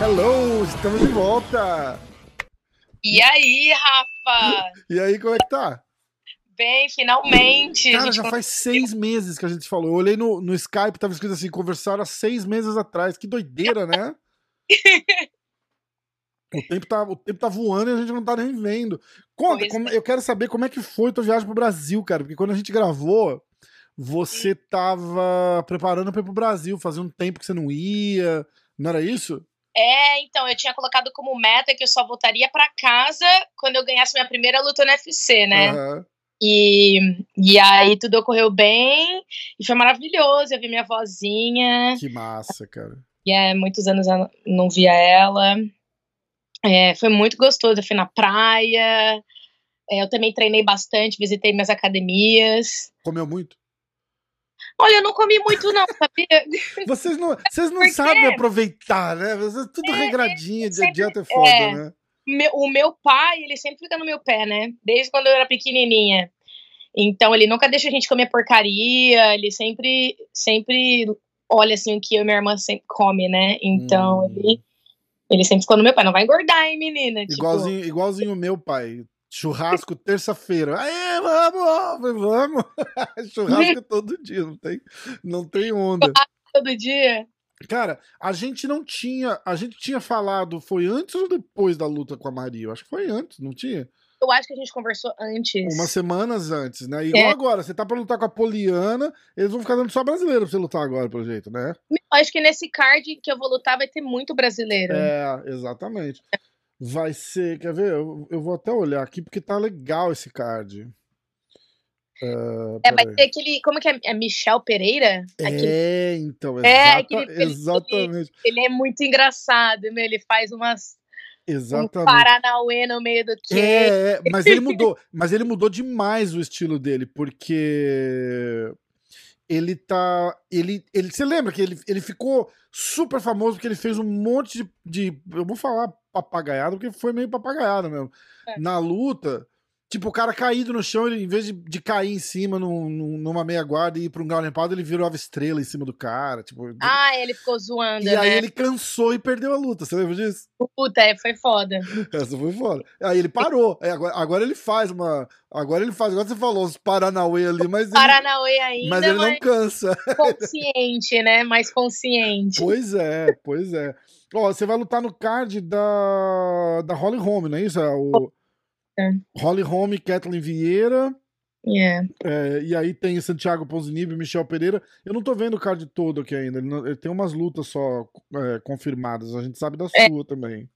Hello, estamos de volta! E aí, Rafa? E aí, como é que tá? Bem, finalmente! Cara, já faz tá? seis meses que a gente falou. Eu olhei no, no Skype, tava escrito assim, conversaram há seis meses atrás. Que doideira, né? o, tempo tá, o tempo tá voando e a gente não tá nem vendo. Conta, Pois como- eu quero saber como é que foi tua viagem pro Brasil, cara. Porque quando a gente gravou, você tava preparando pra ir pro Brasil. Fazia um tempo que você não ia. Não era isso? É, então, eu tinha colocado como meta que eu só voltaria pra casa quando eu ganhasse minha primeira luta no UFC, né? Aham. E, e aí tudo ocorreu bem e foi maravilhoso. Eu vi minha vozinha, Que massa, cara. e há muitos anos eu não via ela. É, foi muito gostoso. Eu fui na praia, é, eu também treinei bastante, visitei minhas academias. Comeu muito? Olha, eu não comi muito, não, sabia? Vocês não, vocês não Porque- sabem aproveitar, né? Vocês tudo É, regradinho, de sempre- dieta é foda, é. né? meu- o meu pai, ele sempre fica no meu pé, né? Desde quando eu era pequenininha. Então, ele nunca deixa a gente comer porcaria, ele sempre, sempre olha, assim, o que eu e minha irmã sempre come, né? Então, Hum. ele, ele sempre ficou no meu pé. Não vai engordar, hein, menina? Tipo, Igualzinho, igualzinho o meu pai. Churrasco terça-feira. Aê, vamos, vamos. Churrasco é todo dia, não tem, não tem onda. todo dia. Cara, a gente não tinha, a gente tinha falado, foi antes ou depois da luta com a Maria? Eu acho que foi antes, não tinha? Eu acho que a gente conversou antes. Umas semanas antes, né? Igual É. agora, você tá pra lutar com a Poliana, eles vão ficar dando só brasileiro pra você lutar agora, pelo jeito, né? Eu acho que nesse card que eu vou lutar vai ter muito brasileiro. É, exatamente. Vai ser, quer ver? Eu, eu vou até olhar aqui porque tá legal esse card. Ah, É, vai peraí. ter aquele. Como que é? É Michel Pereira? Aquele- É, então, É, exata- aquele perfil. exatamente. ele é muito engraçado, meu. Ele faz umas um Exatamente. Paranauê no meio do que. É, é, mas ele mudou, mas ele mudou demais o estilo dele, porque ele tá, ele, ele, você lembra que ele, ele ficou super famoso porque ele fez um monte de, de- eu vou falar papagaiada porque foi meio papagaiada mesmo. É. Na luta, tipo o cara caído no chão, ele em vez de, de cair em cima num- num- numa meia guarda e ir para um ground empado, ele virou a estrela em cima do cara, tipo. Ah, ele ficou zoando, e né? aí ele cansou e perdeu a luta, você lembra disso? Puta, é, foi foda. Essa foi foda. Aí ele parou. Aí agora, agora ele faz uma. Agora ele faz. Agora você falou os Paranauê ali, mas ele, Paranauê ainda, mas mas, ele não cansa. consciente, né? Mais consciente. Pois é, pois é. Ó, você vai lutar no card da, da Holly Home, não é isso? É o, É. Holly Home, Kathleen Vieira. É. é, e aí tem Santiago Ponzinib, Michel Pereira. Eu não tô vendo o card todo aqui ainda. Ele, não- ele tem umas lutas só é, confirmadas. A gente sabe da É. sua também.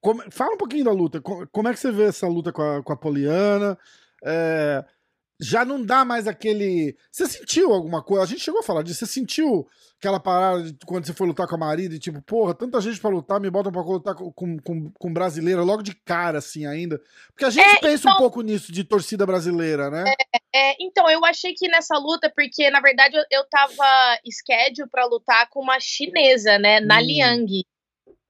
Como- fala um pouquinho da luta. Co- Como, é que você vê essa luta com a, com a Poliana? É, já não dá mais aquele. Você sentiu alguma coisa? A gente chegou a falar disso. Você sentiu aquela parada de quando você foi lutar com a Marília? Tipo, porra, tanta gente pra lutar, me botam pra lutar com, com, com, com brasileira logo de cara, assim, ainda. Porque a gente pensa um então- pouco nisso de torcida brasileira, né? É, então, eu achei que nessa luta, porque na verdade eu, eu tava schedule pra lutar com uma chinesa, né? Na Hum. Liang.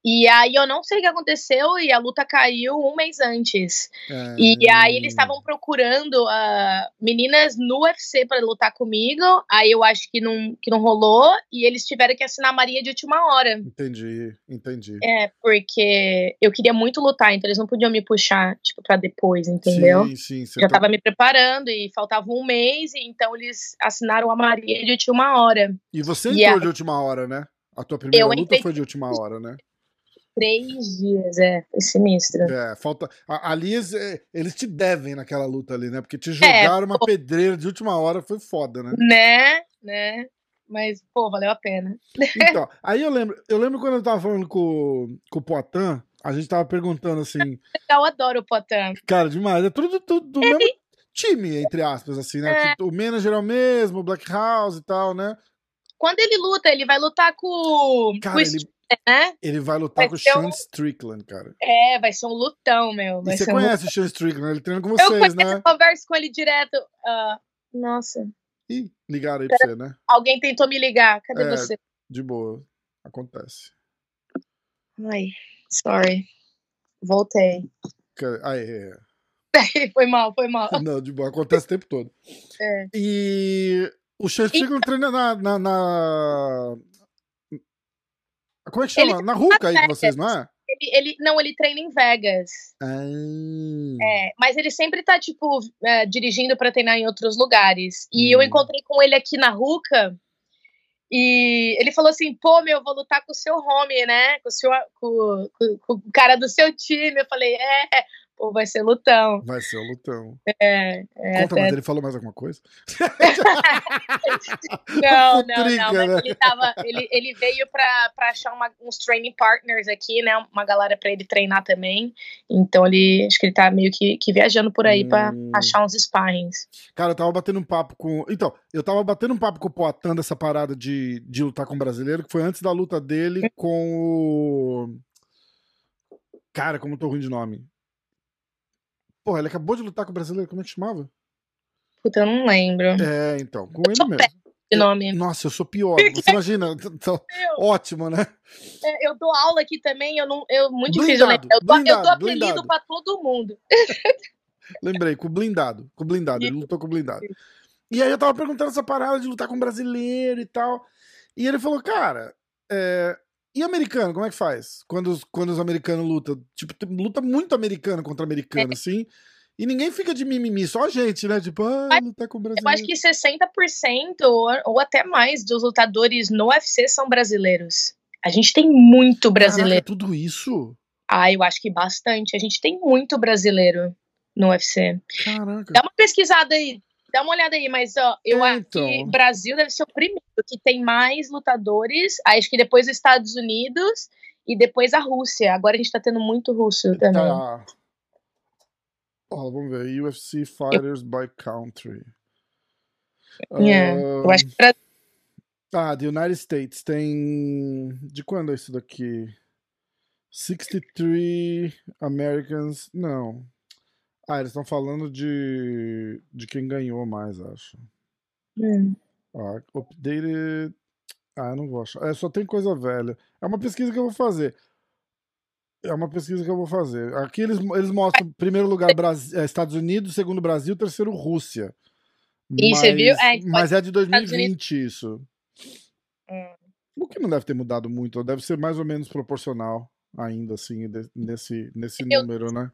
E aí eu não sei o que aconteceu e a luta caiu um mês antes. É. E Hum. aí eles estavam procurando ah, meninas no UFC para lutar comigo. Aí eu acho que não, que não rolou. E eles tiveram que assinar a Maria de última hora. Entendi, entendi. É, porque eu queria muito lutar, então eles não podiam me puxar, tipo, pra depois, entendeu? Sim, sim. Você Já tá- tava me preparando e faltava um mês, e então eles assinaram a Maria de última hora. E você E entrou aí- de última hora, né? A tua primeira Eu luta entrei- foi de última hora, né? Três dias, é, foi sinistro. É, falta. a- Ali eles, é, eles te devem naquela luta ali, né? Porque É, te jogaram uma pedreira de última hora, foi foda, né? Né? Né? Mas, pô, valeu a pena. Então, aí eu lembro, eu lembro quando eu tava falando com, com o Poitin, A gente tava perguntando assim. Eu adoro o Potan. Cara, demais. É tudo, tudo do mesmo time, entre aspas, assim, né? O manager é o mesmo, o Black House e tal, né? Quando ele luta, ele vai lutar com, Cara, com o ele- Strickland, né? Ele vai lutar Vai com o ser Sean um- Strickland, cara. É, vai ser um lutão, meu. Vai E você ser um conhece o Sean Strickland, ele treina com Eu vocês, conheço, né? converso com ele direto. Ah, nossa, Ih, ligaram aí pra você, né? alguém tentou me ligar. Cadê É. você? De boa. Acontece. Ai, sorry. Voltei. Cara, Ah, é, foi mal, foi mal. é. Não, de boa. Acontece o tempo todo. É. E o Sean Então Strickland treina na, na, na- Como é que Ele chama? Na Ruca aí com vocês, não é? Ele, ele- não, ele treina em Vegas. Ah, É, mas ele sempre tá, tipo, é, dirigindo pra treinar em outros lugares. E eu Hum. encontrei com ele aqui na Ruca. E ele falou assim: pô, meu, eu vou lutar com o seu homem, né? Com o, seu, com, com- com o cara do seu time. Eu falei: é, é. pô, vai ser lutão. Vai ser o lutão. É, é, Conta, até- mas ele falou mais alguma coisa? Não, não, Futrica, não, mas né? ele tava. Ele, ele veio pra, pra achar uma- uns training partners aqui, né? Uma galera pra ele treinar também. Então ele. Acho que ele tá meio que, que viajando por aí pra Hum. achar uns sparrings. Cara, eu tava batendo um papo com. Então, eu tava batendo um papo com o Poatan dessa parada de, de lutar com o brasileiro, que foi antes da luta dele com o. Cara, como eu tô ruim de nome. Porra, ele acabou de lutar com o brasileiro, como é que chamava? Puta, eu não lembro É, então, com ele mesmo. de nome. Nossa, eu sou pior. Você imagina? T- t- Ótimo, né? É, Eu dou aula aqui também, eu não. Eu, muito difícil, né? Blindado, Eu dou, eu blindado, dou apelido blindado. pra todo mundo. Lembrei, com o blindado. Com o blindado, ele lutou com o blindado. E aí eu tava perguntando essa parada de lutar com um brasileiro e tal. E ele falou, cara, é, e americano, como é que faz? Quando os, quando os americanos lutam? Tipo, tem- luta muito americano contra É. americano, assim. E ninguém fica de mimimi, só a gente, né? Tipo, ah, lutar com brasileiro. Eu acho que 60% ou, ou até mais dos lutadores no UFC são brasileiros. A gente tem Caraca, muito é brasileiro. tudo isso? Ah, eu acho que bastante. A gente tem muito brasileiro no UFC. Caraca. Dá uma pesquisada aí, dá uma olhada aí, mas ó, eu É, acho que então. o Brasil deve ser o primeiro que tem mais lutadores. Aí Acho que depois os Estados Unidos e depois a Rússia. Agora a gente tá tendo muito russo também. Tá. Ó, vamos ver. UFC Fighters by Country. Yeah, Eu Ahn, acho que o Brasil Ah, The United States tem. De quando é isso daqui? 63 Americans. Não. Ah, eles estão falando de. de quem ganhou mais, acho. Hum. Ah, updated. Ah, eu não vou achar. É, só tem coisa velha. É uma pesquisa que eu vou fazer. É uma pesquisa que eu vou fazer. Aqui eles, eles mostram primeiro lugar Brasi- eh, Estados Unidos, segundo Brasil, terceiro Rússia. Ih, você viu? É, então mas é de Estados 2020 isso. Hum. O que não deve ter mudado muito, deve ser mais ou menos proporcional ainda assim de- nesse nesse Eu- número, né?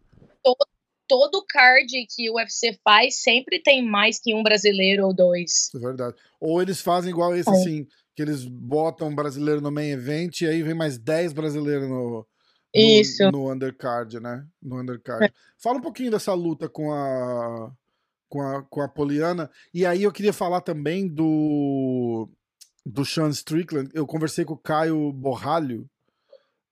todo card que o UFC faz sempre tem mais que um brasileiro ou dois. É verdade. Ou eles fazem igual esse, É. assim, que eles botam um brasileiro no main event e aí vem mais 10 brasileiros no, no, Isso. É. no undercard, né? No undercard. Fala um pouquinho dessa luta com a, com a com a Poliana. E aí eu queria falar também do do Sean Strickland. Eu conversei com o Caio Borralho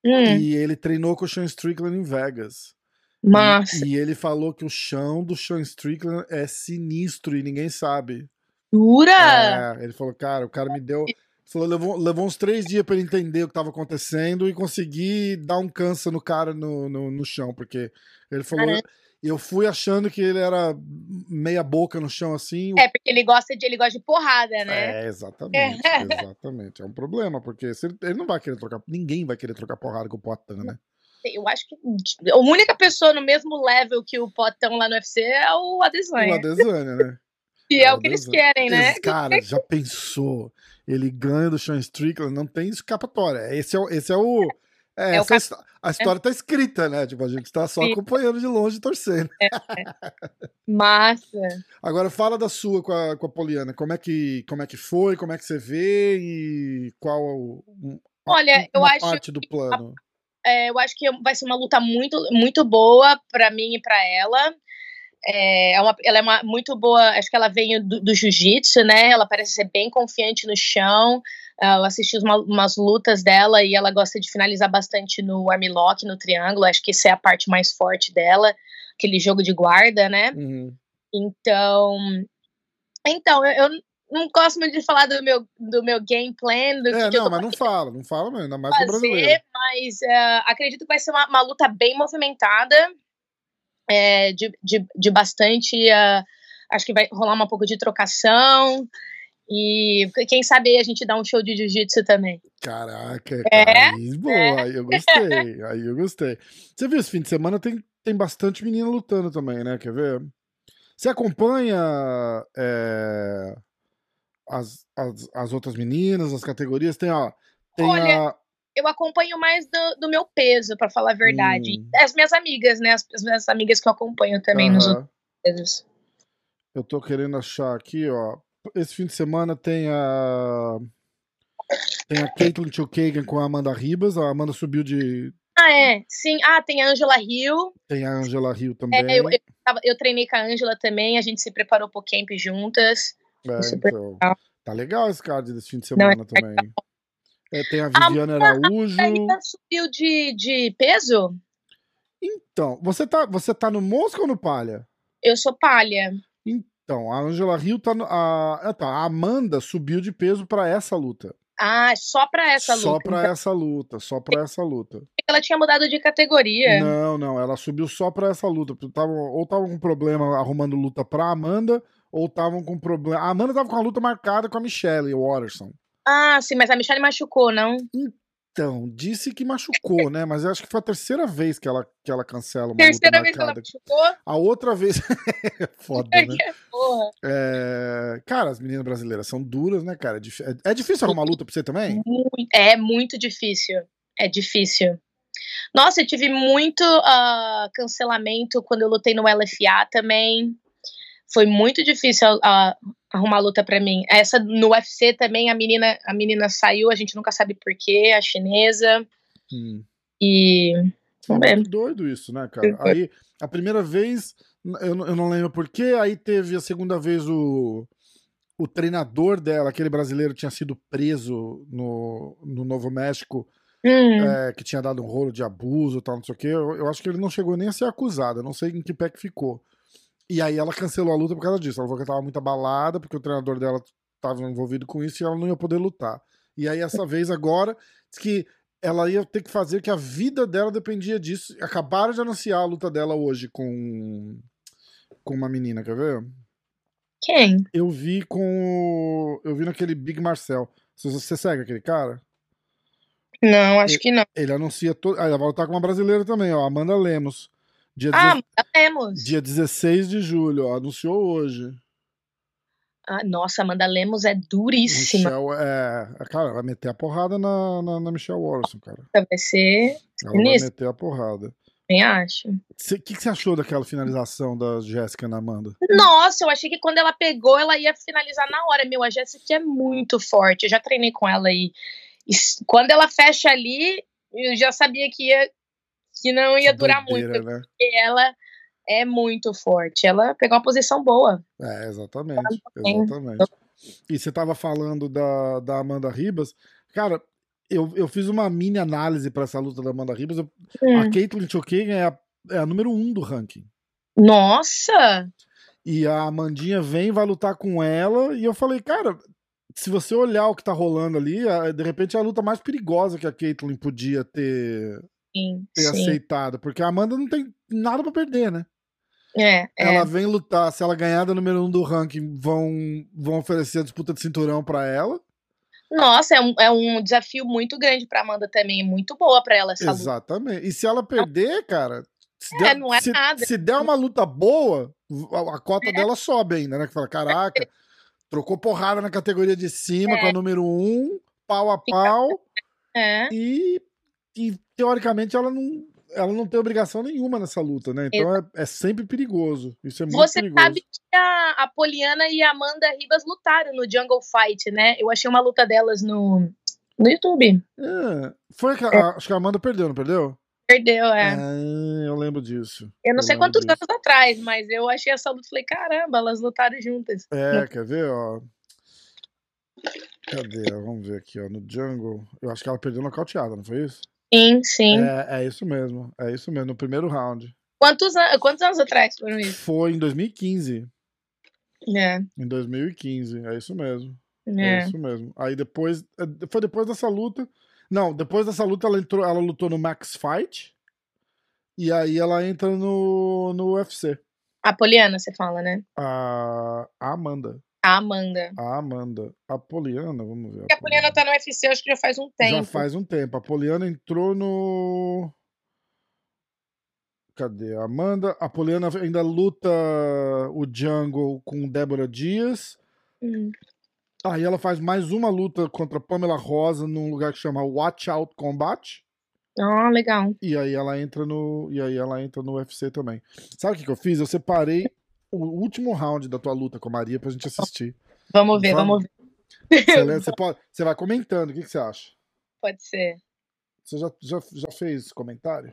Hum, e ele treinou com o Sean Strickland em Vegas. E- Massa. E, ele falou que o chão do Sean Strickland é sinistro e ninguém sabe. Dura! É, ele falou, cara, o cara me deu. Falou, levou, levou uns três dias pra ele entender o que tava acontecendo e conseguir dar um cansa no cara no, no, no chão, porque ele falou. Caramba. Eu fui achando que ele era meia boca no chão assim. o- É, porque ele gosta de ele gosta de porrada, né? É, exatamente. Exatamente. É um problema, porque se ele, ele não vai querer trocar. Ninguém vai querer trocar porrada com o Poitin, né? Eu acho que a única pessoa no mesmo level que o Potão lá no UFC é o O Adesanya. Adesanya, né? E é o o que eles Adesanya. querem, né? Esse cara já pensou. Ele ganha do Sean Strickland, não tem escapatória. Esse é o. Esse é o é, É o essa cap- histó- a história tá escrita, né? Tipo, a gente tá só Sim. acompanhando de longe e torcendo. Massa. Agora fala da sua com a, com a Poliana. Como é, que, como é que foi? Como é que você vê? E qual é o- um- a- Olha, eu uma acho parte do plano? É, eu acho que vai ser uma luta muito, muito boa pra mim e pra ela. É, é uma- ela é uma muito boa. Acho que ela veio do, do jiu-jitsu, né? Ela parece ser bem confiante no chão. eu assisti uma, umas lutas dela e ela gosta de finalizar bastante no armlock, no triângulo. Acho que essa é a parte mais forte dela, aquele jogo de guarda, né? Uhum. Então, então eu, eu, não gosto muito de falar do meu, do meu game plan. Do é, que não, mas não fala, não fala mesmo, ainda mais fazer, brasileiro. Mas uh, acredito que vai ser uma, uma luta bem movimentada, é, de, de, de bastante. Uh, acho que vai rolar um pouco de trocação. E quem sabe a gente dá um show de jiu-jitsu também. Caraca, é, cara, boa, é. aí eu gostei, aí eu gostei. Você viu, esse fim de semana tem, tem bastante menina lutando também, né? Quer ver? Você acompanha é, as, as, as, outras meninas, as categorias? Tem, ó, tem Olha, a... eu acompanho mais do, do meu peso, para falar a verdade. Hum. As minhas amigas, né? As, as, minhas amigas que eu acompanho também uhum. nos outros pesos. Eu tô querendo achar aqui, ó, esse fim de semana tem a. Tem a Caitlyn Kilkagan com a Amanda Ribas. A Amanda subiu de. Ah, é? Sim. Ah, tem a Angela Hill. Tem a Angela Hill também. É, eu, eu, eu, treinei com a Angela também, a gente se preparou pro camp juntas. É, então. legal. Tá legal esse card desse fim de semana Não, é também. É, tem a Viviana a, Araújo. A subiu de, de peso? Então, você tá, você tá no Mosca ou no Palha? Eu sou Palha. Então, então, a Angela Hill tá. No, a, tá, a Amanda subiu de peso para essa luta. Ah, só para essa luta. Só para essa então. luta, só para essa luta. Ela tinha mudado de categoria. Não, não, ela subiu só para essa luta. Tava, ou tava com problema arrumando luta pra Amanda, ou estavam com problema. A Amanda tava com a luta marcada com a Michelle Watterson. Ah, sim, mas a Michelle machucou, não? Então, disse que machucou, né? Mas acho que foi a terceira vez que ela, que ela cancela uma terceira luta vez marcada. que ela É machucou? A outra vez. Foda, né? É... Cara, as meninas brasileiras são duras, né, cara? É difícil arrumar luta pra você também? É muito difícil. É difícil. Nossa, eu tive muito uh, cancelamento quando eu lutei no LFA também. Foi muito difícil uh, arrumar luta para mim. Essa no UFC também a menina a menina saiu, a gente nunca sabe porquê, a chinesa. Hum. E é muito doido isso, né, cara? Aí a primeira vez eu, eu não lembro porquê, aí teve a segunda vez o o treinador dela, aquele brasileiro tinha sido preso no, no Novo México, hum. é, que tinha dado um rolo de abuso tal, não sei o quê. Eu, eu acho que ele não chegou nem a ser acusado, eu não sei em que pé que ficou. E aí ela cancelou a luta por causa disso. Ela falou que estava muito abalada, porque o treinador dela estava envolvido com isso e ela não ia poder lutar. E aí, essa vez agora, diz que ela ia ter que fazer que a vida dela dependia disso. Acabaram de anunciar a luta dela hoje com, com uma menina, quer ver? Quem? Eu vi com. Eu vi naquele Big Marcel. Você segue aquele cara? Não, acho ele, que não. Ele anuncia todo. Ah, ela vai lutar com uma brasileira também, ó, Amanda Lemos. Dia ah, Lemos. Dia 16 de julho, ó, anunciou hoje. Ah, nossa, Amanda Lemos é duríssima. Michelle, é, cara, vai meter a porrada na, na, na Michelle Warson, cara. Vai ser. Ela vai meter a porrada. Bem acho. O que, que você achou daquela finalização da Jéssica na Amanda? Nossa, eu achei que quando ela pegou, ela ia finalizar na hora. Meu, a Jéssica é muito forte. Eu já treinei com ela aí. E, e quando ela fecha ali, eu já sabia que ia que não ia Essa durar doideira, muito, né? porque ela é muito forte. Ela pegou uma posição boa. É, exatamente. Tá Exatamente. E você estava falando da, da Amanda Ribas. Cara, eu, eu fiz uma mini análise para essa luta da Amanda Ribas. Eu, hum. A Caitlyn Chokagan é a, é a número um do ranking. Nossa! E a Amandinha vem, vai lutar com ela. E eu falei, cara, se você olhar o que tá rolando ali, de repente é a luta mais perigosa que a Caitlyn podia ter Sim, ter sim. aceitado, porque a Amanda não tem nada para perder, né? É, ela é. vem lutar, se ela ganhar da número um do ranking, vão, vão oferecer a disputa de cinturão para ela. Nossa, é um, é um desafio muito grande para Amanda também, muito boa para ela essa Exatamente. Luta. E se ela perder, cara, se, é, der, não é se, nada. se der uma luta boa, a, a cota é. dela sobe ainda, né? Que fala, caraca, trocou porrada na categoria de cima É. com a número um, pau a assim, pau. né? E e teoricamente ela não, ela não tem obrigação nenhuma nessa luta, né? Então é, é, sempre perigoso. Isso é muito Você perigoso. sabe que a, a, Poliana e a Amanda Ribas lutaram no Jungle Fight, né? Eu achei uma luta delas no, no YouTube. É, foi que a, é. acho que a Amanda perdeu, não perdeu? Perdeu, é. Ah, eu lembro disso. Eu não eu sei quantos disso. anos atrás, mas eu achei essa luta. Falei, caramba, elas lutaram juntas. É, quer ver, ó. Cadê? Vamos ver aqui, ó. No Jungle. Eu acho que ela perdeu nocauteada, não foi isso? Sim, sim. É, é isso mesmo. É isso mesmo. No primeiro round. Quantos, an- quantos anos atrás foram isso? Foi em 2015. É, Em 2015. É isso mesmo. É, é. isso mesmo. Aí depois. é, Foi depois dessa luta. Não, depois dessa luta ela, entrou, ela lutou no Max Fight. E aí ela entra no, no UFC. Apoliana, você fala, né? A, a Amanda. A Amanda. A Amanda. A Poliana, vamos ver. Porque a Apoliana tá no UFC, acho que já faz um tempo. Já faz um tempo. A Poliana entrou no. Cadê? A Amanda. A Poliana ainda luta o Jungle com Débora Dias. Hum. Aí ela faz mais uma luta contra a Pamela Rosa num lugar que chama Watch Out Combat. Ah, legal. E aí ela entra no. E aí ela entra no UFC também. Sabe o que, que eu fiz? Eu separei o último round da tua luta com a Maria pra gente assistir. Vamos ver, vamos, Vamos. ver. Você, lê- você pode, você vai comentando, o que, que você acha? Pode ser. Você já, já, já fez comentário?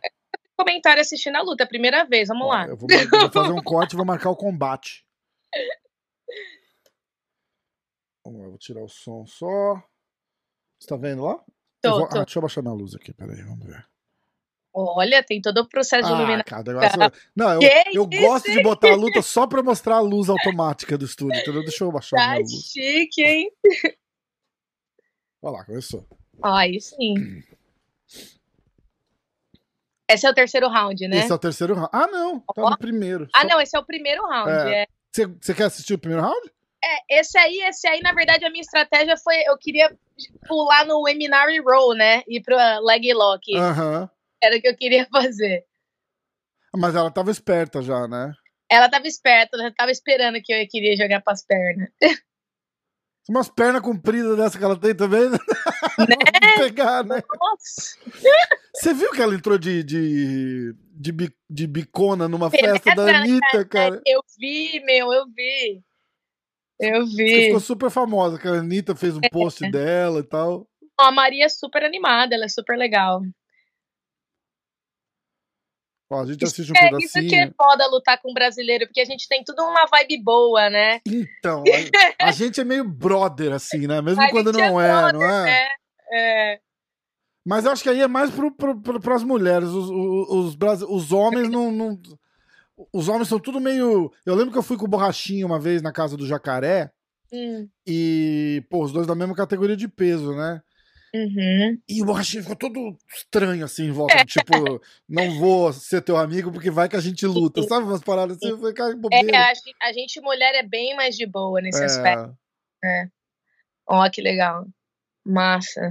Comentário assistindo a luta, primeira vez, vamos Ó, lá. Eu vou, mar- eu vou fazer um corte e vou marcar o combate. Vamos lá, eu vou tirar o som só. Você tá vendo lá? Eu Tô, vou- tô. Ah, deixa eu baixar minha luz aqui, peraí, vamos ver. Olha, tem todo o processo de Ah, iluminação. cara, agora você- Não, eu, Que eu gosto de botar a luta só pra mostrar a luz automática do estúdio, entendeu? Deixa eu baixar a Tá minha luz. chique, hein? Olha lá, começou. Aí sim. Esse é o terceiro round, né? Esse é o terceiro round. Ah, não, tá Ó. no primeiro. Ah, Só- não, esse é o primeiro round. É. Você você quer assistir o primeiro round? É, esse aí, esse aí, na verdade, a minha estratégia foi. Eu queria pular no Eminary Roll, né? Ir pro Leg Lock. Aham. Era o que eu queria fazer. Mas ela tava esperta já, né? Ela tava esperta, ela tava esperando que eu queria jogar pras pernas. Umas pernas compridas dessa que ela tem também, né? Pra pegar, né? Nossa! Você viu que ela entrou de, de, de, bi- de bicona numa Pelada, festa da Anitta, cara? Eu vi, meu, eu vi. Eu Que vi. ficou super famosa, que a Anitta fez um É. post dela e tal. Ó, A Maria é super animada, ela é super legal. Ó, a gente Isso assiste um É isso que é pedacinho. foda lutar com um brasileiro, porque a gente tem tudo uma vibe boa, né? Então, a, a gente é meio brother, assim, né? Mesmo A quando gente é não é, não brother, é? né? É, Mas eu acho que aí é mais pro, pro, pro, pras mulheres. Os, os, os, brasi- os homens não, não- Os homens são tudo meio. Eu lembro que eu fui com o Borrachinho uma vez na casa do Jacaré. Hum, E, pô, os dois da mesma categoria de peso, né? uhum. E o Borrachinho ficou todo estranho, assim, em volta. É. Tipo, não vou ser teu amigo porque vai que a gente luta. Sabe umas paradas assim? Eu falei, cara, que É, bobeira. a, gente, a gente mulher é bem mais de boa nesse aspecto. É. Ó, que legal. Massa.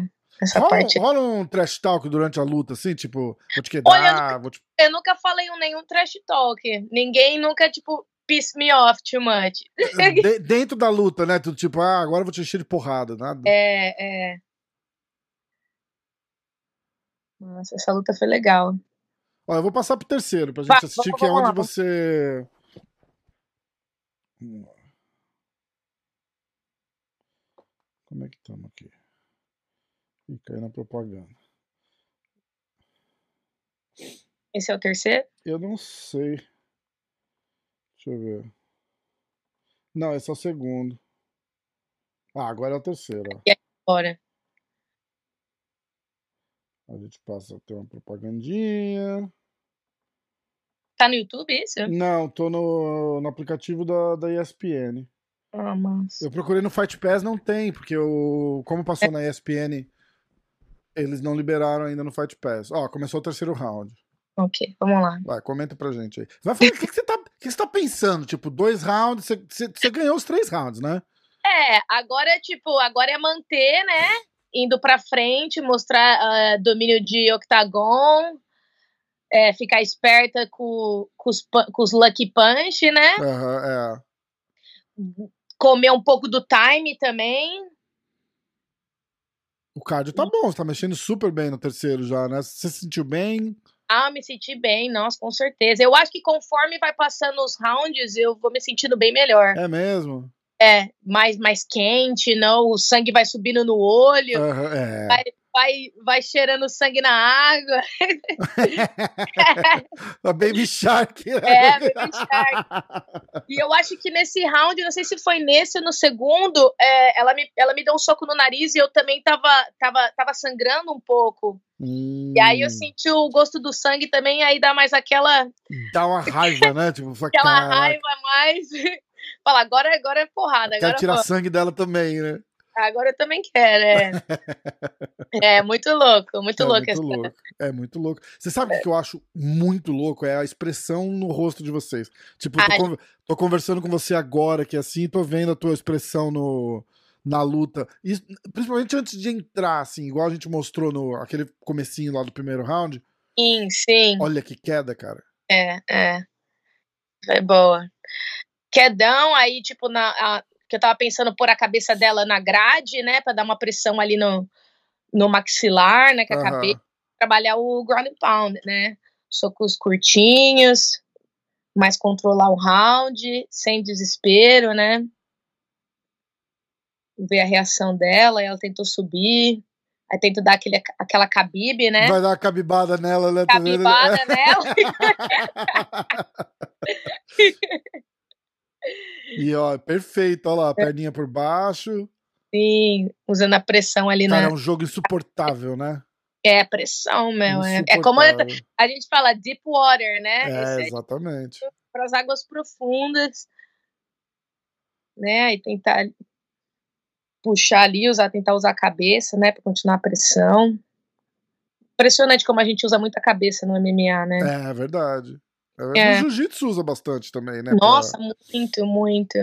Essa Rola, parte. rola um trash talk durante a luta, assim, tipo, vou te quebrar, vou te... Eu nunca falei um, nenhum trash talk. Ninguém nunca, tipo, piss me off too much. eh, De- dentro da luta, né? Tudo tipo, ah, agora eu vou te encher de porrada, nada. É, é. Nossa, essa luta foi legal. Ó, eu vou passar pro terceiro pra gente Vai, assistir, vamos- que é vamos onde lá, vamos. você. Hum. Como é que estamos aqui? Ih, caiu na propaganda. Esse é o terceiro? Eu não sei. Deixa eu ver. Não, esse é o segundo. Ah, agora é o terceiro. ó. Bora. A gente passa a ter uma propagandinha. Tá no YouTube isso? Não, tô no, no aplicativo da, da ESPN. Ah, massa. Eu procurei no Fight Pass, não tem, porque o como passou na ESPN, eles não liberaram ainda no Fight Pass. Ó, começou o terceiro round. Ok, vamos lá. Vai, comenta pra gente aí. Vai falar o que, que você tá, o que você tá pensando? Tipo, dois rounds, você- você você ganhou os três rounds, né? É, agora é tipo, agora é manter, né? Indo pra frente, mostrar ah, domínio de octagon, é, ficar esperta com, com, os, pu- com os lucky punch, né? Aham, é. Comer um pouco do time também. O cardio Hum. tá bom, você tá mexendo super bem no terceiro já, né? Você se sentiu bem? Ah, me senti bem, nossa, com certeza. Eu acho que conforme vai passando os rounds, eu vou me sentindo bem melhor. É mesmo? É, mais, mais quente, não? O sangue vai subindo no olho. Aham, é. vai, vai cheirando sangue na água. a Baby Shark. É, Baby Shark. E eu acho que nesse round, não sei se foi nesse ou no segundo, é, ela, me, ela me deu um soco no nariz e eu também tava, tava, tava sangrando um pouco. Hum. E aí eu senti o gosto do sangue também, aí dá mais aquela. Dá uma raiva, né? Tipo, aquela caraca. raiva mais. Fala, agora, agora é porrada. Quer tirar porra. sangue dela também, né? Agora eu também quero, é. é muito louco, muito é louco muito louco, coisa. É muito louco. Você sabe o é. que eu acho muito louco? É a expressão no rosto de vocês. Tipo, tô, con tô, conversando com você agora aqui assim, tô vendo a tua expressão no, na luta. E, principalmente antes de entrar, assim, igual a gente mostrou no aquele comecinho lá do primeiro round. Sim, sim. Olha que queda, cara. É, é. Foi boa. Quedão, aí, tipo, na, a que eu tava pensando pôr a cabeça dela na grade, né, para dar uma pressão ali no, no maxilar, né, que a uhum. cabeça, trabalhar o ground and pound, né, socos curtinhos, mas controlar o round, sem desespero, né, ver a reação dela, ela tentou subir, aí tento dar aquele, aquela cabibe, né, vai dar uma cabibada nela, né, cabibada tá nela, E ó, perfeito, ó É. lá, perninha por baixo. Sim, usando a pressão ali Cara, na. É um jogo insuportável, né? É, pressão, meu. né? É, é como a gente fala deep water, né? É, exatamente. É para as águas profundas, né? E tentar puxar ali, usar, tentar usar a cabeça, né? Para continuar a pressão. Impressionante como a gente usa muito a cabeça no MMA, né? É, verdade. É. No jiu-jitsu usa bastante também, né? Nossa, pra... muito, muito.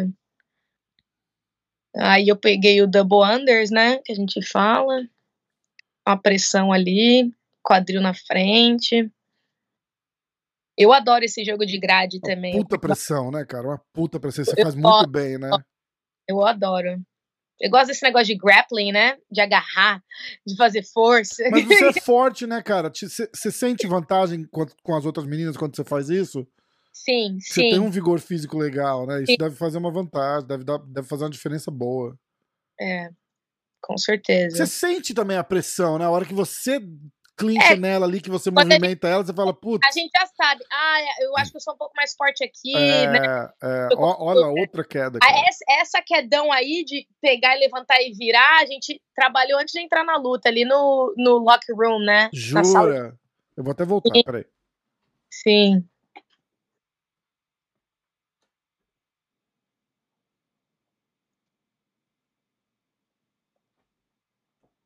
Aí eu peguei o double unders, né? Que a gente fala. A pressão ali, quadril na frente. Eu adoro esse jogo de grade Uma também. Puta pressão, né, cara? Uma puta pressão. Você eu faz adoro, muito bem, né? Eu adoro. Eu gosto desse negócio de grappling, né? De agarrar, de fazer força. Mas você é forte, né, cara? Você sente vantagem com, com, as outras meninas quando você faz isso? Sim, cê sim. Você tem um vigor físico legal, né? Isso sim. deve fazer uma vantagem, deve, dar, deve fazer uma diferença boa. É, com certeza. Você sente também a pressão, né? A hora que você clincha é, nela ali, que você movimenta gente, ela, você fala, puta. A gente já sabe, ah, eu acho que eu sou um pouco mais forte aqui, é, né? Ah, é? Tá É, olha a outra queda. Cara. Essa, essa quedão aí de pegar e levantar e virar, a gente trabalhou antes de entrar na luta ali no, no locker room, né? Jura? Eu vou até voltar, Sim. peraí. Sim.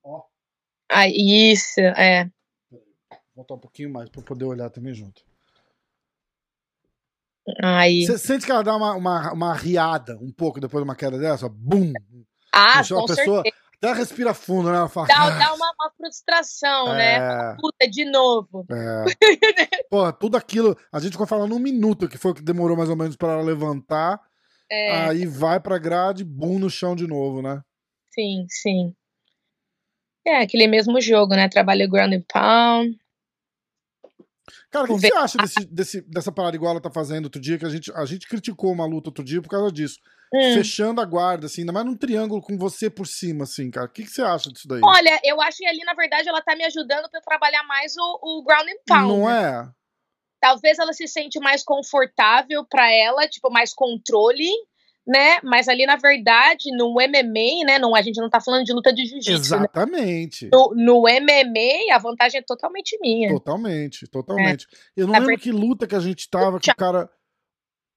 Oh. Ah, isso, é voltar um pouquinho mais para poder olhar também junto. Aí. Você sente que ela dá uma, uma, uma riada um pouco depois de uma queda dessa? Bum! Ah, Deixa com pessoa, certeza. Até respira fundo, né? Ela fala, dá, ah, dá uma, uma frustração, é... né? Puta, de novo. É. Porra, tudo aquilo. A gente ficou falando um minuto, que foi o que demorou mais ou menos para ela levantar. É... Aí vai pra grade, bum no chão de novo, né? Sim, sim. É, aquele mesmo jogo, né? Trabalho ground and pound. Cara, o que, você acha desse, desse, dessa parada igual ela tá fazendo outro dia? Que a gente, a gente criticou uma luta outro dia por causa disso. Hum. Fechando a guarda, assim, ainda mais num triângulo com você por cima, assim, cara. O que, que você acha disso daí? Olha, eu acho que ali, na verdade, ela tá me ajudando pra eu trabalhar mais o, o ground and pound. Não né? é? Talvez ela se sente mais confortável pra ela, tipo, mais controle, né? Mas ali, na verdade, no MMA, né? Não, a gente não tá falando de luta de jiu-jitsu. Exatamente. Né? No, no, MMA, a vantagem é totalmente minha. Totalmente, totalmente. É. Eu não na lembro verdade... que luta que a gente tava, que o cara.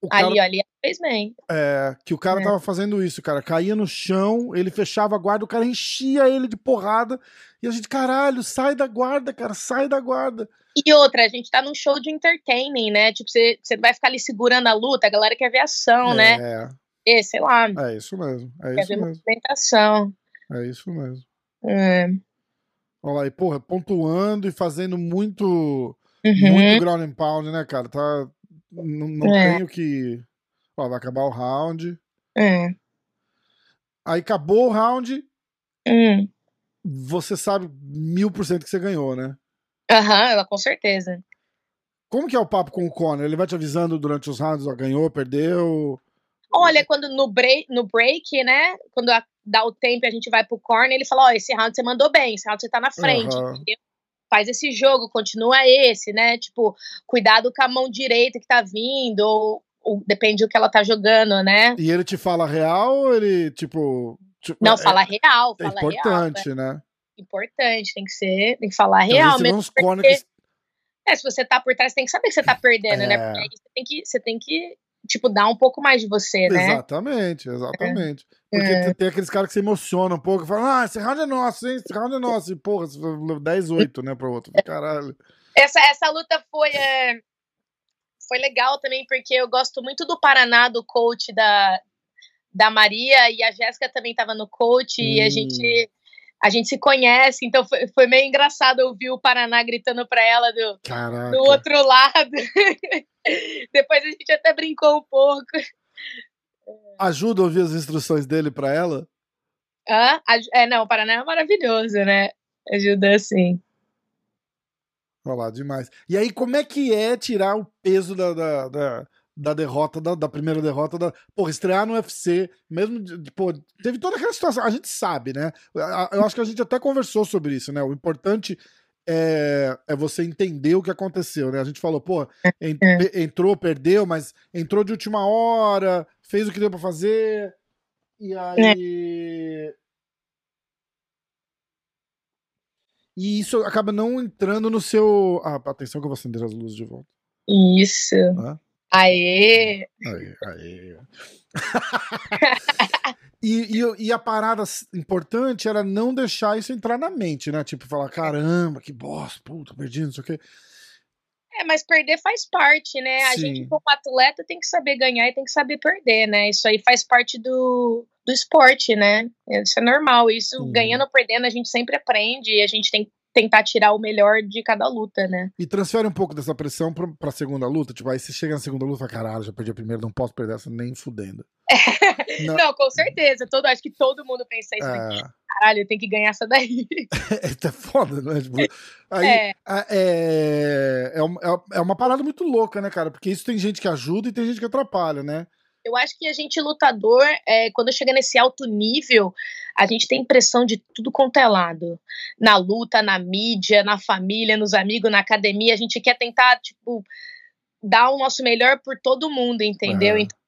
O ali, cara, ali, fez bem. É, que o cara é. tava fazendo isso, cara. Caía no chão, ele fechava a guarda, o cara enchia ele de porrada. E a gente, caralho, sai da guarda, cara, sai da guarda. E outra, a gente tá num show de entertaining, né? Tipo, você vai ficar ali segurando a luta, a galera quer ver ação, é. Então, né? É é, sei lá. É isso mesmo. É isso mesmo. Movimentação. É isso mesmo. É. Olha lá, e porra, pontuando e fazendo muito, uhum. muito ground and pound, né, cara? Tá, não, não é. tenho que. Ó, vai acabar o round. É. Aí acabou o round. Hum. Você sabe mil por cento que você ganhou, né? Aham, uhum, com certeza. Como que é o papo com o Conor? Ele vai te avisando durante os rounds, ó, ganhou, perdeu? Olha, quando no break, no break, né? Quando a, dá o tempo e a gente vai pro corner, ele fala, ó, esse round você mandou bem, esse round você tá na frente, Aham. entendeu? Faz esse jogo, continua esse, né? Tipo, cuidado com a mão direita que tá vindo, ou, ou depende do que ela tá jogando, né? E ele te fala real ou ele, tipo. tipo, Não, é- fala real, É fala real. importante, né? É importante, tem que ser, tem que falar Talvez real você vê mesmo. uns corners que- É, se você tá por trás, tem que saber que você tá perdendo, né? É. Porque aí você tem que, você tem que, tipo, dar um pouco mais de você, né? Exatamente, exatamente. Porque É. tem- tem aqueles caras que se emocionam um pouco e falam: ah, esse round é nosso, hein? Esse round é nosso. E porra, você falou 10-8, né, pro outro. Caralho. Essa, essa luta foi, é, foi legal também, porque eu gosto muito do Paraná, do coach da, da Maria, e a Jéssica também tava no coach, e Hum. a gente, a gente se conhece, então foi, foi meio engraçado ouvir o Paraná gritando pra ela do, Caraca. do outro lado. Depois a gente até brincou um pouco. Ajuda a ouvir as instruções dele pra ela? Hã? Aj- É, não, o Paraná é maravilhoso, né? Ajuda sim. Olha lá, demais. E aí, como é que é tirar o peso da, da, da, da derrota, da, da primeira derrota? Da... Porra, estrear no UFC, mesmo. de- de- Pô, teve toda aquela situação. A gente sabe, né? A- a- Eu acho que a gente até conversou sobre isso, né? O importante é, é você entender o que aconteceu, né? A gente falou, pô, en- É. pe- entrou, perdeu, mas entrou de última hora, fez o que deu pra fazer. E É. aí. E isso acaba não entrando no seu. Ah, atenção que eu vou acender as luzes de volta. Isso. Hã? Aê! Aí, aí. e, e- e a parada s- importante era não deixar isso entrar na mente, né? Tipo, falar, caramba, que bosta, puta, perdi, não sei o quê. É, mas perder faz parte, né? A Sim. gente, como atleta, tem que saber ganhar e tem que saber perder, né? Isso aí faz parte do, do esporte, né? Isso é normal. Isso, Uhum. ganhando ou perdendo, a gente sempre aprende e a gente tem que tentar tirar o melhor de cada luta, né? E transfere um pouco dessa pressão pra, pra segunda luta. Tipo, aí você chega na segunda luta e fala, caralho, já perdi a primeira, não posso perder essa nem fudendo. Não. Não, com certeza. Todo, acho que todo mundo pensa isso. né? É, Caralho, tem que ganhar essa daí. é foda, né? Tipo, aí, É, Ah, É, é, uma, é uma parada muito louca, né, cara? Porque isso tem gente que ajuda e tem gente que atrapalha, né? Eu acho que a gente lutador, é, quando chega nesse alto nível, a gente tem pressão de tudo quanto é lado. Na luta, na mídia, na família, nos amigos, na academia, a gente quer tentar, tipo, dar o nosso melhor por todo mundo, entendeu? Aham. Então,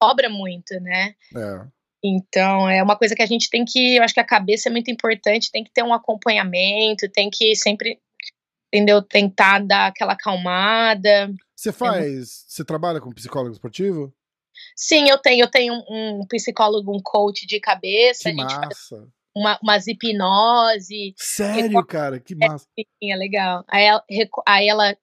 cobra muito, né? É. Então, é uma coisa que a gente tem que, eu acho que a cabeça é muito importante, tem que ter um acompanhamento, tem que sempre, entendeu, tentar dar aquela acalmada. Você faz. Você trabalha com psicólogo esportivo? Sim, eu tenho, eu tenho um, um psicólogo, um coach de cabeça, Que a gente faz massa. uma, umas hipnose, Sério, cara, que massa. enfim, Então, é legal. Aí ela, reco- aí ela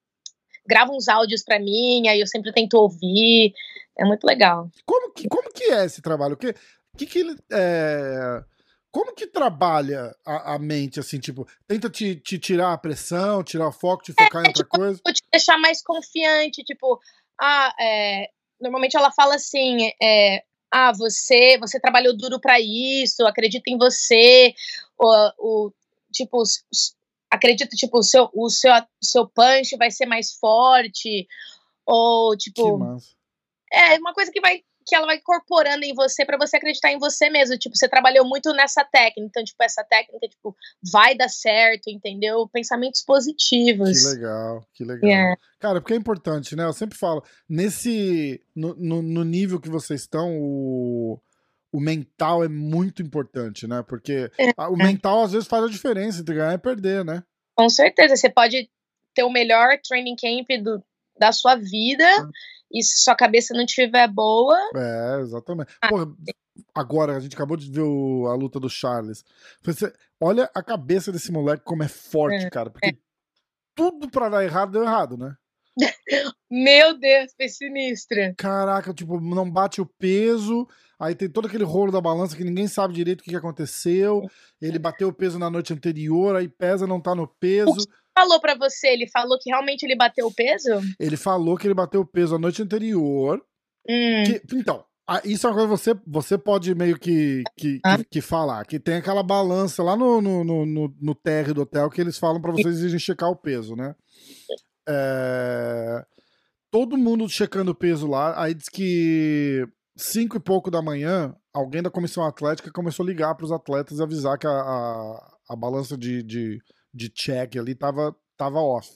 grava uns áudios pra mim, aí eu sempre tento ouvir, é muito legal. Como que, como que é esse trabalho? O que, que, que ele. é, Como que trabalha a, a mente, assim, tipo, tenta te, te tirar a pressão, tirar o foco, te focar em outra tipo, coisa? Vou te deixar mais confiante, tipo, ah, é, normalmente ela fala assim, é, ah, você, você trabalhou duro pra isso, acredita em você, o, o tipo, s- s- acredita, tipo, o seu, o seu, o seu punch vai ser mais forte, ou, Que tipo, massa. É, uma coisa que vai que ela vai incorporando em você pra você acreditar em você mesmo. Tipo, você trabalhou muito nessa técnica, então tipo essa técnica tipo vai dar certo, entendeu? Pensamentos Que positivos. legal, que legal. É, Cara, porque é importante, né? Eu sempre falo, nesse. No, no, no nível que vocês estão, o, o mental é muito importante, né? Porque É, a- o mental às vezes faz a diferença entre ganhar e perder, né? com certeza você pode ter o melhor training camp do, da sua vida e se sua cabeça não estiver boa, É, exatamente. Ah, Porra, agora, a gente acabou de ver o- a luta do Charles. Você, olha a cabeça desse moleque como é forte, É, cara. Porque tudo pra dar errado deu errado, né? meu Deus, foi sinistra. Caraca, tipo, não bate o peso. Aí tem todo aquele rolo da balança que ninguém sabe direito o que, que aconteceu. Ele bateu o peso na noite anterior, aí pesa, não tá no peso. Falou pra você, ele falou que realmente ele bateu o peso? Ele falou que ele bateu o peso a noite anterior. Hum, Que- então, a- isso é uma coisa que você, você pode meio que, que, Ah. que, que falar. Que tem aquela balança lá no, no, no, no, no TR do hotel que eles falam pra vocês irem checar o peso, né? É, Todo mundo checando o peso lá. Aí diz que cinco e pouco da manhã, alguém da comissão atlética começou a ligar para os atletas e avisar que a, a, a balança de, de, de check ali tava, tava off.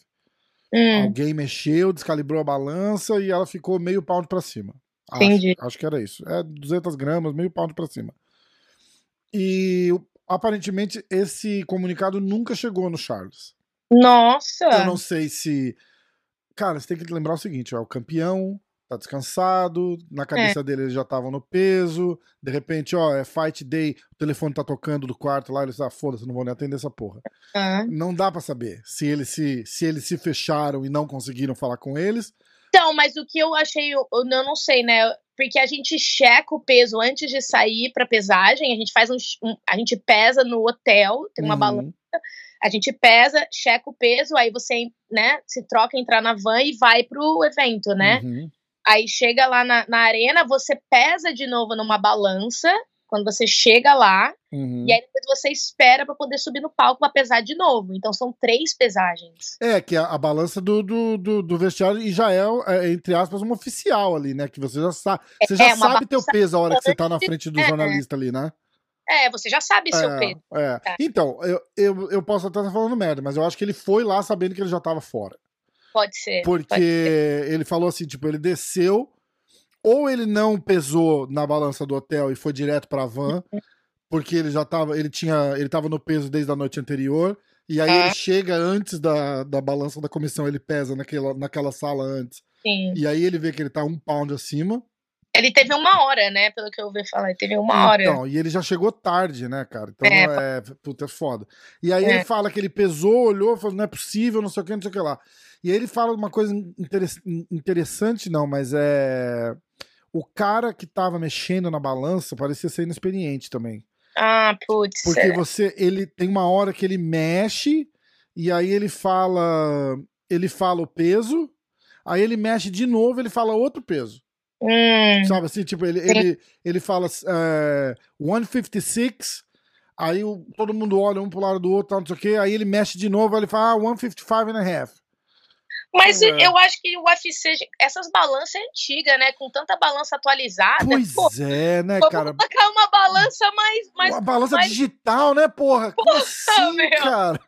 Hum. Alguém mexeu, descalibrou a balança e ela ficou meio pound para cima. Acho, Entendi. acho que era isso. É 200 gramas, meio pound para cima. E aparentemente esse comunicado nunca chegou no Charles. Nossa! Eu não sei se. Cara, você tem que lembrar o seguinte: ó, o campeão tá descansado, na cabeça é. dele eles já estavam no peso, de repente, ó, é fight day, o telefone tá tocando do quarto lá, eles ah, foda-se, não vou nem atender essa porra. Ah. Não dá para saber se eles se, se eles se fecharam e não conseguiram falar com eles. Então, mas o que eu achei, eu, eu não sei, né? Porque a gente checa o peso antes de sair pra pesagem, a gente faz um. um a gente pesa no hotel, tem uma uhum. balança a gente pesa, checa o peso, aí você, né, se troca, entrar na van e vai pro evento, né? Uhum. Aí chega lá na, na, arena, você pesa de novo numa balança, quando você chega lá, uhum. e aí depois você espera para poder subir no palco pra pesar de novo. Então são três pesagens. É, que é a, balança do, do, do, do vestiário e já é, é, entre aspas, uma oficial ali, né? Que você já sabe. Você já é, sabe teu peso a hora que você tá na frente do é. jornalista ali, né? É, você já sabe seu é, peso. É. Tá. Então, eu, eu, eu posso até estar falando merda, mas eu acho que ele foi lá sabendo que ele já estava fora. Pode ser. Porque É, pode ser. ele falou assim, tipo, ele desceu, ou ele não pesou na balança do hotel e foi direto pra van, Uhum. porque ele já estava, ele tinha, ele tava no peso desde a noite anterior, e aí ah. É. ele chega antes da, da balança da comissão, ele pesa naquela, naquela sala antes. Sim. E aí ele vê que ele tá um pound acima. Ele teve uma hora, né? Pelo que eu ouvi falar, ele teve uma hora. Então, e ele já chegou tarde, né, cara? Então é, é puta, é foda. E aí é. ele fala que ele pesou, olhou, falou, não é possível, não sei o que, não sei o que lá. E aí ele fala uma coisa interess interessante, não, mas é. O cara que tava mexendo na balança parecia ser inexperiente também. Ah, putz. Porque você, ele tem uma hora que ele mexe, e aí ele fala. Ele fala o peso, aí ele mexe de novo, ele fala outro peso. Hum. Sabe assim, tipo, ele, Sim. ele, ele fala uh, 156, aí o, todo mundo olha um pro lado do outro, não sei o quê, aí ele mexe de novo, aí ele fala ah, 155 and a half. Mas é. eu acho que o UFC, essas balanças é antiga, né? Com tanta balança atualizada. Pois pô, é, né, Ah, vamos cara? colocar uma balança mais. mais uma balança mais... digital, né, porra? porra Como assim, meu? cara?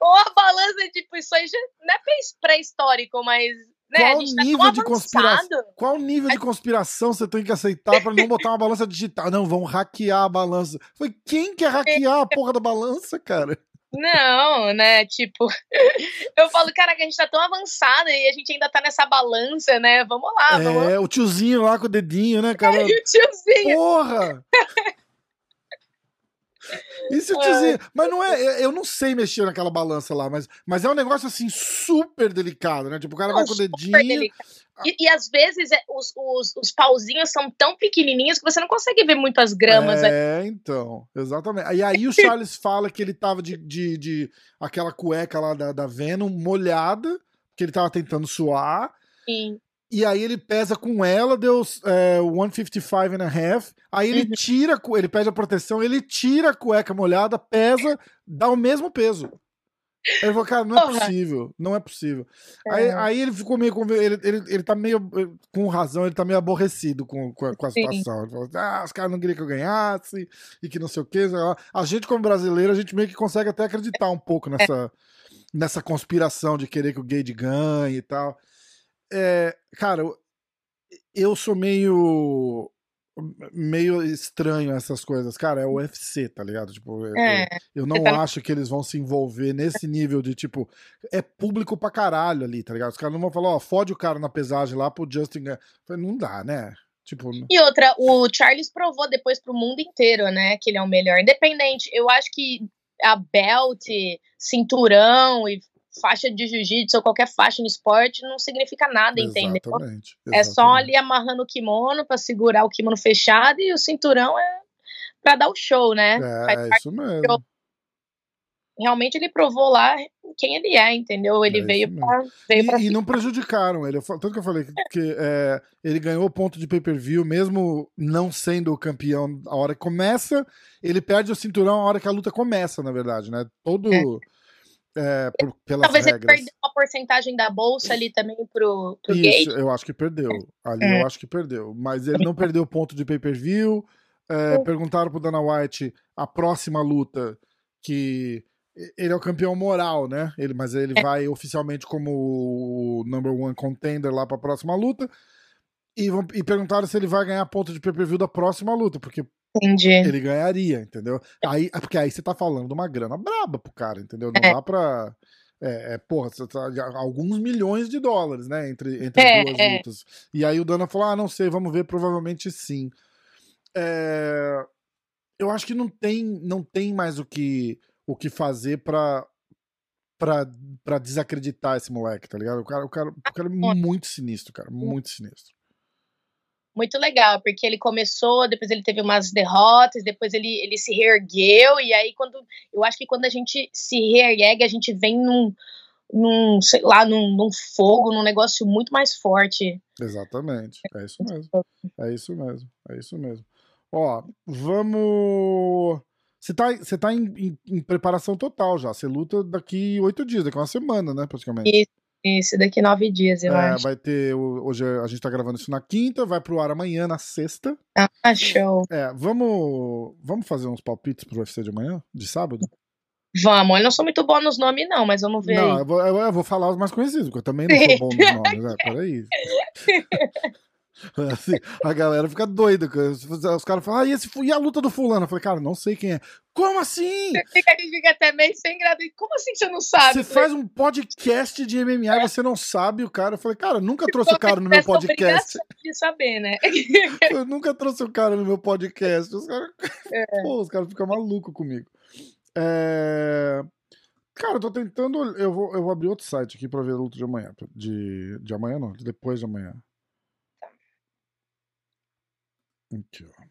Ou a balança, tipo, isso aí já não é pré-histórico, mas qual né? nível tá de conspiração? Qual nível de conspiração você tem que aceitar para não botar uma balança digital? Não, vão hackear a balança. Foi quem quer hackear a porra da balança, cara? Não, né? Tipo, eu falo, caraca, a gente tá tão avançada e a gente ainda tá nessa balança, né? Vamos lá, é, vamos. É, o tiozinho lá com o dedinho, né, cara? É, o tiozinho. Porra! Isso tiozinho. Mas não é. Eu não sei mexer naquela balança lá, mas, mas é um negócio assim super delicado, né? Tipo, o cara não, vai com o dedinho. E, e, às vezes é, os, os, os, pauzinhos são tão pequenininhos que você não consegue ver muito as gramas. É, ali. então, exatamente. E aí o Charles fala que ele tava de, de, de, aquela cueca lá da, da Venom molhada, que ele tava tentando suar. Sim. E aí ele pesa com ela, deu é, 155 and a half. Aí ele uhum. tira, ele pede a proteção, ele tira a cueca molhada, pesa, dá o mesmo peso. Aí ele falou, cara, não é Porra. possível, não é possível. É. Aí, aí, ele ficou meio. Ele, ele, ele tá meio. Com razão, ele tá meio aborrecido com, com, a, com a situação. Sim. Ele falou, ah, os caras não queriam que eu ganhasse e que não sei o que. A gente, como brasileiro, a gente meio que consegue até acreditar um pouco nessa, é. nessa conspiração de querer que o Gade ganhe e tal. É, cara, eu sou meio meio estranho essas coisas, cara, Hum. é o UFC, tá ligado? Tipo, é, eu, eu, não tá... acho que eles vão se envolver nesse nível de tipo, é público pra caralho ali, tá ligado? Os caras não vão falar, ó, fode o cara na pesagem lá pro Justin, não dá, né? Tipo, e outra, o Charles provou depois pro mundo inteiro, né, que ele é o melhor, independente. Eu acho que a belt, cinturão e faixa de jiu-jitsu ou qualquer faixa no esporte não significa nada, entendeu? Exatamente, É exatamente. só ali amarrando o kimono para segurar o kimono fechado e o cinturão é para dar o show, né? É, é isso mesmo. Realmente ele provou lá quem ele é, entendeu? Ele é veio, pra, veio e, pra e não prejudicaram ele. Tanto que eu falei que, que é, ele ganhou ponto de pay-per-view, mesmo não sendo o campeão a hora que começa, ele perde o cinturão a hora que a luta começa, na verdade, né? Todo É, por, pelas Talvez ele regras. perdeu uma porcentagem da bolsa ali também pro, pro gay. Isso, eu acho que perdeu. Ali eu acho que perdeu. Mas ele não perdeu o ponto de pay-per-view. É, perguntaram pro Dana White a próxima luta que ele é o campeão moral, né? Ele, mas ele vai oficialmente como o number one contender lá pra próxima luta. E, vão, e perguntaram se ele vai ganhar ponto de pay-per-view da próxima luta, porque Entendi. É. ele ganharia, entendeu? Aí, ah, porque aí você tá falando de uma grana braba pro cara, entendeu? Não É. dá pra. É, é, porra, você tá- já- alguns milhões de dólares, né? Entre, entre É, as duas é. lutas. E aí o Dana falou: ah, não sei, vamos ver, provavelmente sim. É, eu acho que não tem, não tem mais o que, o que fazer pra, pra, pra desacreditar esse moleque, tá ligado? O cara, o, cara, o cara é Ah, muito sinistro, cara. Muito sinistro. Muito legal, porque ele começou, depois ele teve umas derrotas, depois ele, ele se reergueu, e aí quando. Eu acho que quando a gente se reergue, a gente vem num. num sei lá, num, num fogo, num negócio muito mais forte. Exatamente. É isso mesmo. É isso mesmo, é isso mesmo. Ó, vamos. Você tá, você tá em, em- em preparação total já. Você luta daqui oito dias, daqui uma semana, né? Praticamente. Isso, daqui nove dias, eu É, acho. vai ter. o- Hoje a gente tá gravando isso na quinta, vai pro ar amanhã, na sexta. Ah, show. É, vamos, vamos fazer uns palpites pro UFC de amanhã? De sábado? Vamos, eu não sou muito boa nos nomes, não, mas vamos ver. Não, aí. eu vou, eu- eu vou falar os mais conhecidos, porque eu também não sou bom nos nomes. né? Peraí. Assim, a galera fica doida. com isso. Os caras falam, ah, e, esse fu- e a luta do fulano? Eu falei, cara, não sei quem é. Como assim? Fica, fica até meio sem graça. Como assim você não sabe? Você faz um podcast de MMA e você não sabe o cara. Eu falei, cara, eu nunca trouxe o Como cara se no meu tivesse podcast. obrigação De saber, né? Eu nunca trouxe o cara no meu podcast. Os caras É. Pô, os caras ficam malucos comigo. É, Cara, eu tô tentando. ol- Eu vou, eu vou abrir outro site aqui pra ver a luta de amanhã. De, de amanhã não, de depois de amanhã. Tá. Aqui, ó.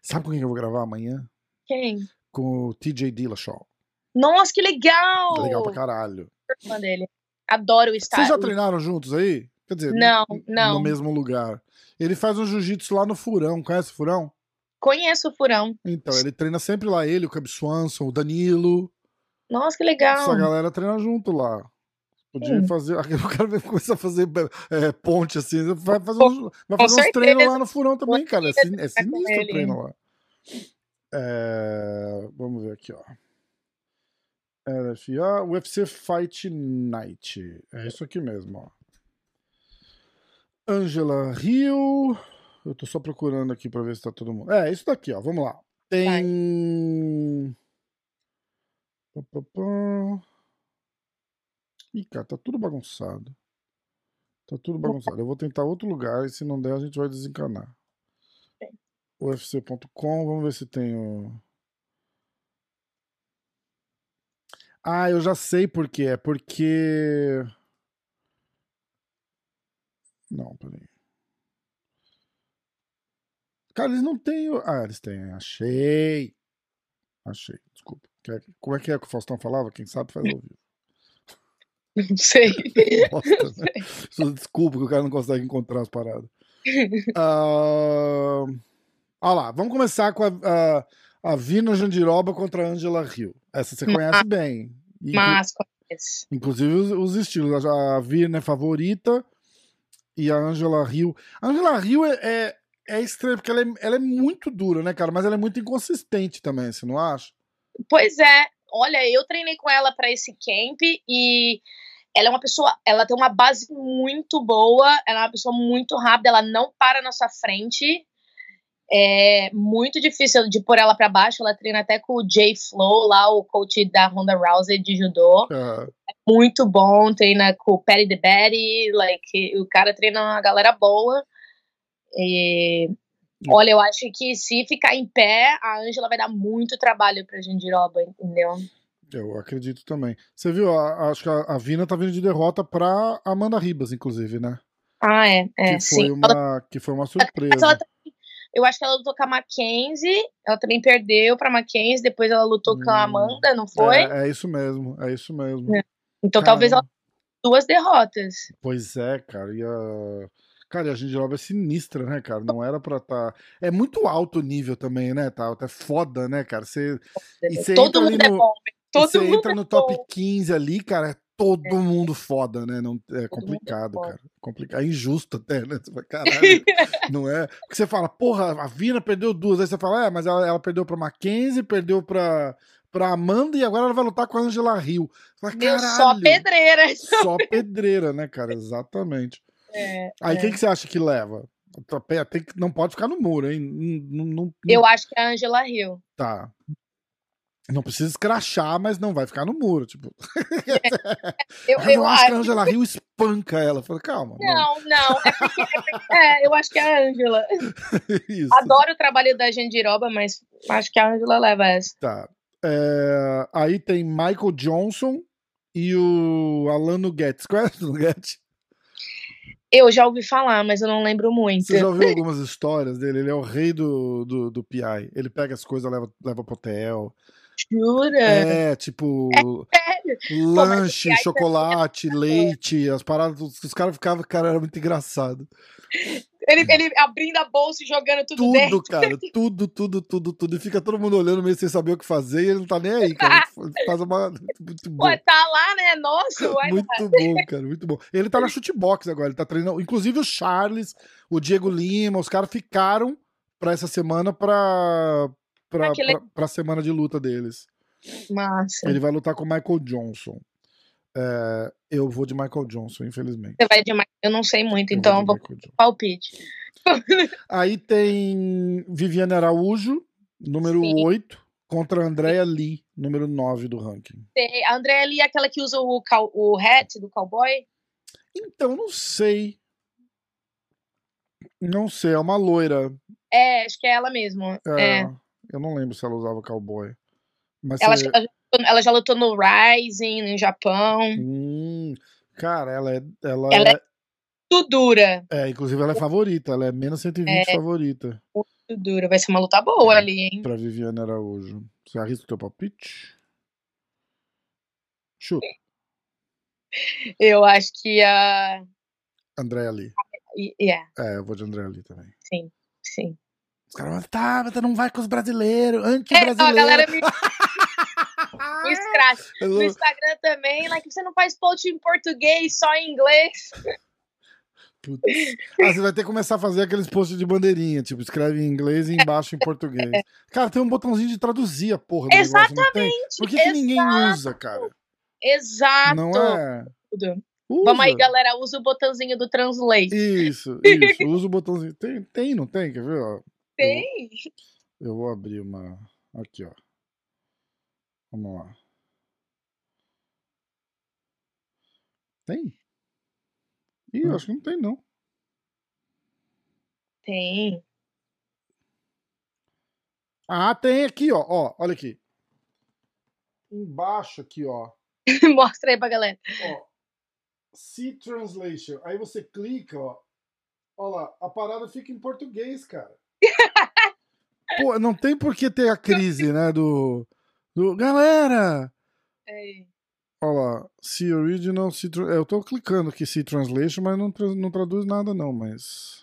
Sabe com quem que eu vou gravar amanhã? Quem? Com o TJ Dillashaw. Nossa, que legal! Legal pra caralho. Sou fã dele. Adoro Oh. Tá, o Vocês já estádio. treinaram juntos aí? Quer dizer, Não, no- não. no mesmo lugar. Ele faz um jiu-jitsu lá no Furão. Conhece o Furão? Conheço o Furão. Então, ele treina sempre lá, ele, o Cub Swanson, o Danilo. Nossa, que Essa legal. galera treina junto lá. Podia Sim. fazer. O cara vai começar a fazer é, ponte assim. Vai fazer uns, vai Com fazer uns certeza. treinos lá no furão também, cara. É, sin- é certeza vai com sinistro o ele. treino lá. É, vamos ver aqui, ó. LFA, UFC Fight Night. É isso aqui mesmo, ó. Angela Rio. Eu tô só procurando aqui pra ver se tá todo mundo. É, isso daqui, ó. Vamos lá. Tem. Pá, pá, pá. Ih, cara, tá tudo bagunçado. Tá tudo bagunçado. Eu vou tentar outro lugar e se não der, a gente vai desencanar. Bem. UFC.com, vamos ver se tem o. Ah, eu já sei por quê. É porque. Não, peraí. Cara, eles não têm. o- Ah, eles têm. Achei. Achei, desculpa. Quer- Como é que é que o Faustão falava? Quem sabe faz ao vivo. Não sei. Bosta, né? Isso- Desculpa que o cara não consegue encontrar as paradas. Ah, Olha lá, vamos começar com a, a, a Vina Jandiroba contra a Angela Hill. Essa você conhece bem. Inclu- Mas conheço. Inclusive os, os estilos. A a Vina é favorita e a Angela Hill. A Angela Hill é, é, é estranha, porque ela é, ela é muito dura, né, cara? Mas ela é muito inconsistente também, você não acha? Pois é. Olha, eu treinei com ela pra esse camp e ela é uma pessoa, ela tem uma base muito boa, ela é uma pessoa muito rápida, ela não para na sua frente. É muito difícil de pôr ela pra baixo. Ela treina até com o Jay Flow, lá o coach da Ronda Rousey de judô. Ah, muito bom, treina com o Perry the Betty, like, o cara treina uma galera boa. E, Hum. olha, eu acho que se ficar em pé, a Ângela vai dar muito trabalho pra Jandiroba, entendeu? Eu acredito também. Você viu? a- acho que a, a Vina tá vindo de derrota pra Amanda Ribas, inclusive, né? Ah, é, é, que, sim. foi Ela- uma, que foi uma surpresa. mas ela também- eu acho que ela lutou com a Mackenzie, ela também perdeu pra Mackenzie, depois ela lutou com a Hum, Amanda, não foi? É, é isso mesmo, é isso mesmo. É, então talvez ela Caramba. tenha duas derrotas. Pois é, cara. E a... Cara, e a Gingiroba é sinistra, né, cara? Não era pra tá. É tá? muito alto o nível também, né, tal? É foda, né, cara? Você. E você entra Todo ali mundo é no- bom, Todo você mundo entra no top 15 ali, cara, é todo é. mundo foda, né? Não, é todo complicado, cara. Complicado. É injusto até, né? Você fala, caralho, não é? Porque você fala, porra, a Vina perdeu duas. Aí você fala, é, mas ela, ela perdeu pra Mackenzie, perdeu pra, pra Amanda e agora ela vai lutar com a Angela Rio. Fala, Meu, só pedreira. Só pedreira, né, cara? Exatamente. É, Aí é. quem que você acha que leva? Tá, Tem que, não pode ficar no muro, hein? Não, não, não... Eu acho que é a Angela Rio. Tá. Não precisa escrachar, mas não vai ficar no muro. Tipo. É. eu, eu, eu, acho que a Angela Rio espanca ela. Fala, calma. Não, mano. não. É, porque, é, eu acho que é a Angela. Isso. Adoro o trabalho da Jandiroba, mas acho que a Angela leva essa. Tá. É, aí tem Michael Johnson e o Alano Guedes. Conhece o Guedes? Eu já ouvi falar, mas eu não lembro muito. Você já ouviu algumas histórias dele? Ele é o rei do, do, do PI. Ele pega as coisas, leva, leva pro hotel. Jura? É, tipo. É lanche, Pô, chocolate, é... leite, as paradas. Os caras ficavam, cara, era muito engraçado. Ele, ele abrindo a bolsa e jogando tudo, tudo dentro. Tudo, cara, tudo, tudo, tudo, tudo. E fica todo mundo olhando meio sem saber o que fazer e ele não tá nem aí, cara. Faz uma. Muito bom. Pô, tá lá, né? Nossa, uai, Muito cara. bom, cara, muito bom. Ele tá na shootbox agora, ele tá treinando. Inclusive o Charles, o Diego Lima, os caras ficaram pra essa semana pra, pra, Aquele... pra, pra semana de luta deles. Massa. Ele vai lutar com o Michael Johnson. É, eu vou de Michael Johnson, infelizmente. Você vai de Eu não sei muito, eu então vou, vou palpite. Aí tem Viviane Araújo, número Sim. 8, contra Andrea Lee, número 9 do ranking. A Andrea Lee é aquela que usa o, cal, o hat do cowboy? Então, não sei. Não sei, é uma loira. É, acho que é ela mesmo. Ah, É, é. Eu não lembro se ela usava cowboy. Mas ela, você... já, ela já lutou no Rising, no Japão. Hum, cara, ela é. Ela, ela é muito dura. É, inclusive ela é favorita, ela é menos 120 é, favorita. Muito dura, vai ser uma luta boa é, ali, hein? Pra Viviane Araújo. Você arrisca o teu palpite? Chuta. Eu acho que a. André Ali. Yeah. É, eu vou de André Ali também. Sim, sim. Os caras falam, tá, mas tu não vai com os brasileiros, anti-brasileiro. É, a galera me... o Scratch. No Instagram também, like, você não faz post em português, só em inglês. Putz. Ah, você vai ter que começar a fazer aqueles posts de bandeirinha, tipo, escreve em inglês e embaixo em português. Cara, tem um botãozinho de traduzir a porra do Exatamente. Negócio, Por que, que, ninguém usa, cara? Exato. Não é? Usa. Vamos aí, galera, usa o botãozinho do Translate. Isso, isso, usa o botãozinho. Tem, tem não tem? Quer ver, ó? Tem. Eu, eu, vou abrir uma. Aqui, ó. Vamos lá. Tem? Ih, eu acho que não tem, não. Tem. Ah, tem aqui, ó. ó olha aqui. Embaixo aqui, ó. Mostra aí pra galera. Ó. See Translation. Aí você clica, ó. Olha lá, a parada fica em português, cara. Pô, não tem por que ter a crise, né? Do. do galera! Ei. Olha lá, se original, se eu tô clicando aqui se translation, mas não, tra não traduz nada, não, mas.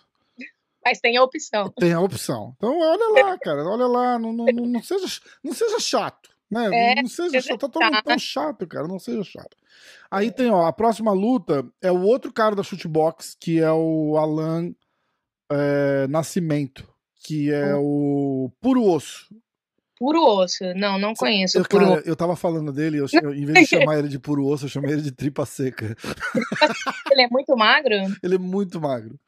Mas tem a opção. Tem a opção. Então olha lá, cara, olha lá, não, não, não, não seja, não seja chato. Né? É, não seja chato, tá todo mundo tão chato, cara, não seja chato. Aí é. tem, ó, a próxima luta é o outro cara da shootbox, que é o Alan é, Nascimento que é o Puro Osso. Puro Osso? Não, não conheço. Eu, cara, puro... eu tava falando dele, eu, eu, em vez de chamar ele de Puro Osso, eu chamei ele de Tripa Seca. ele é muito magro? Ele é muito magro.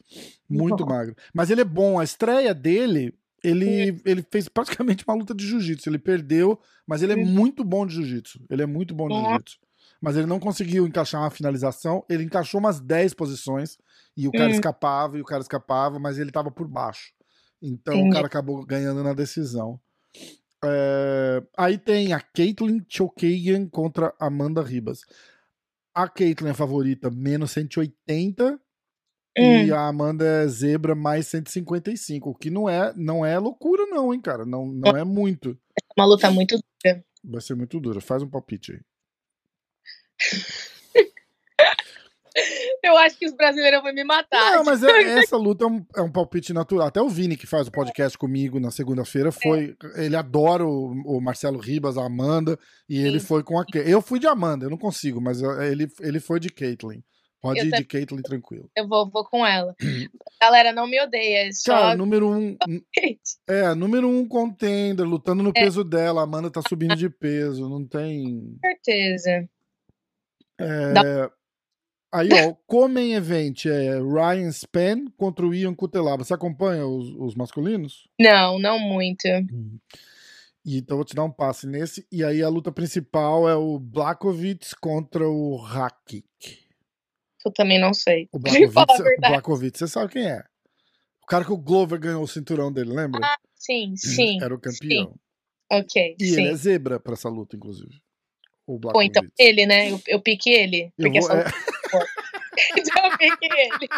Muito uhum. magro. Mas ele é bom. A estreia dele, ele, uhum. ele fez praticamente uma luta de jiu-jitsu. Ele perdeu, mas ele é uhum. muito bom de jiu-jitsu. Ele é muito bom de jiu-jitsu. Mas ele não conseguiu encaixar uma finalização. Ele encaixou umas 10 posições e o cara escapava, e o cara escapava, mas ele tava por baixo. Então Entendi. o cara acabou ganhando na decisão. É... aí tem a Caitlyn Chokagian contra Amanda Ribas. A Caitlyn é favorita, menos 180. Hum. E a Amanda é zebra mais 155, o que não é, não é loucura, não, hein, cara? Não, não é muito. É uma luta muito dura. Vai ser muito dura. Faz um palpite aí. Eu acho que os brasileiros vão me matar. Não, mas é- essa luta é um, é um palpite natural. Até o Vini, que faz o podcast comigo na segunda-feira, É. foi. Ele adora o, o Marcelo Ribas, a Amanda, e ele Sim. foi com a. Ca- Eu fui de Amanda, eu não consigo, mas eh, ele, ele foi de Caitlyn. Pode Eu ir de também. Caitlyn tranquilo. Eu vou, vou com ela. Galera, não me odeia. é Só... É. Cara, número um. É, número um contender, lutando no peso dela. A Amanda tá subindo de peso, não tem. certeza. É, Dá- Aí, ó, comem event é Ryan Span contra o Ian Cutelaba. Você acompanha os, os masculinos? Não, não muito. E, então eu vou te dar um passe nesse. E aí a luta principal é o Blakovic contra o Hakic. Eu também não sei. O Pra falar Blakovic, a o verdade. Blakovic, você sabe quem é? O cara que o Glover ganhou o cinturão dele, lembra? Sim, sim. Era o campeão. Ok, E sim. ele é zebra pra essa luta, inclusive. O Ou Blakovic. então ele, né? Eu, eu pique ele. eu, Porque vou, essa- é, Então eu pique ele.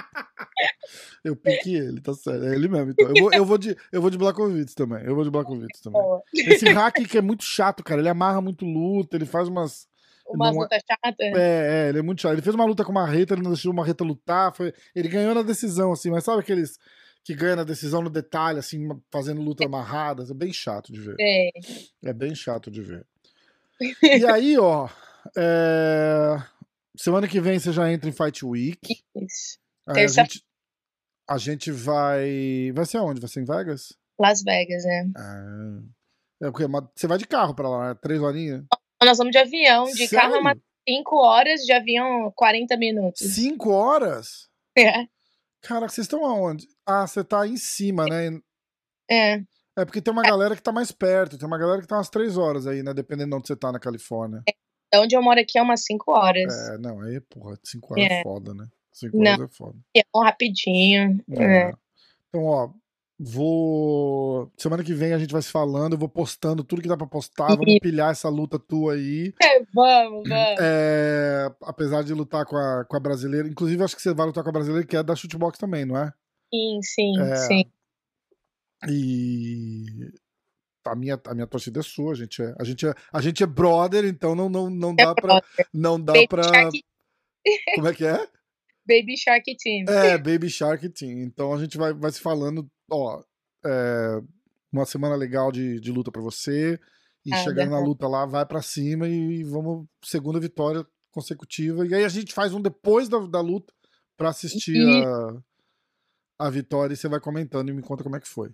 eu pique ele, tá certo. É ele mesmo. Então. Eu, vou, eu, vou de, eu vou de Blakovic também. Eu vou de Blakovic também. Boa. Esse hack que é muito chato, cara. Ele amarra muito luta, ele faz umas. Uma Não é- luta chata. É, é, ele é muito chato. Ele fez uma luta com uma reta, ele não deixou uma reta lutar. Foi... Ele ganhou na decisão, assim, mas sabe aqueles que ganham na decisão no detalhe, assim, fazendo luta amarrada? É bem chato de ver. É. É bem chato de ver. E aí, ó. é, Semana que vem você já entra em Fight Week. Isso. Aí a Terça- gente. A gente vai. Vai ser aonde? Vai ser em Vegas? Las Vegas, né? Ah. É porque mas você vai de carro pra lá, né? Três horinhas. Nós vamos de avião, de carro é Sério? umas 5 horas, de avião 40 minutos. Cinco horas? É, Cara, vocês estão aonde? Ah, você tá em cima, né? é. É porque tem uma galera que tá mais perto, tem uma galera que tá umas três horas aí, né? Dependendo de onde você tá na Califórnia. Da onde eu moro aqui é umas 5 horas. É, não, aí, porra, cinco horas é, É. foda, né? Cinco Não. horas é foda. Avião rapidinho. É. É. Então, ó, vou. Semana que vem a gente vai se falando, eu vou postando tudo que dá pra postar, vamos Isso. pilhar essa luta tua aí. É, vamos, vamos. É, apesar de lutar com a, com a brasileira, inclusive acho que você vai lutar com a brasileira que é da shootbox também, não é? Sim, sim, É. sim. E a minha, a minha torcida é sua, a gente é, a gente é, a gente é brother, então não, não, não dá É pra. brother. Não dá Baby, pra. Shark, Como é que é? Baby Shark Team. É, Baby Shark Team. Então a gente vai, vai se falando, ó. é, uma semana legal de, de luta pra você. E Ah, chegando na legal. luta lá, vai pra cima e vamos. Segunda vitória consecutiva. E aí a gente faz um depois da, da luta pra assistir Uhum. a, a vitória e você vai comentando e me conta como é que foi.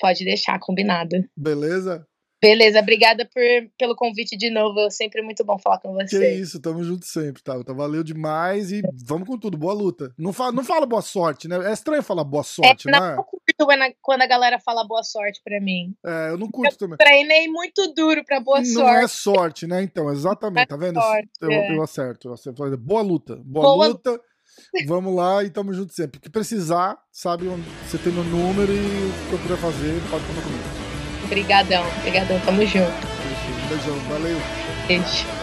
Pode deixar, combinado. Beleza? Beleza, obrigada por, pelo convite de novo. É sempre muito bom falar com Que é você. isso, tamo junto sempre, tá? Tá, Valeu demais e vamos com tudo, boa luta. Não fala, não fala boa sorte, né? É estranho falar boa sorte, é, né? não eu curto quando a- quando a galera fala boa sorte pra mim. É, eu não curto também. Treinei muito duro pra boa não sorte. é sorte, né? Então, exatamente, tá vendo? sorte, eu, é. eu acerto, eu acerto. Boa luta, boa, Boa luta. Vamos lá e tamo junto sempre. O que precisar, sabe onde você tem meu número e o que eu puder fazer, pode contar comigo. um Obrigadão, obrigadão. Tamo junto. Beijão, valeu. Beijo.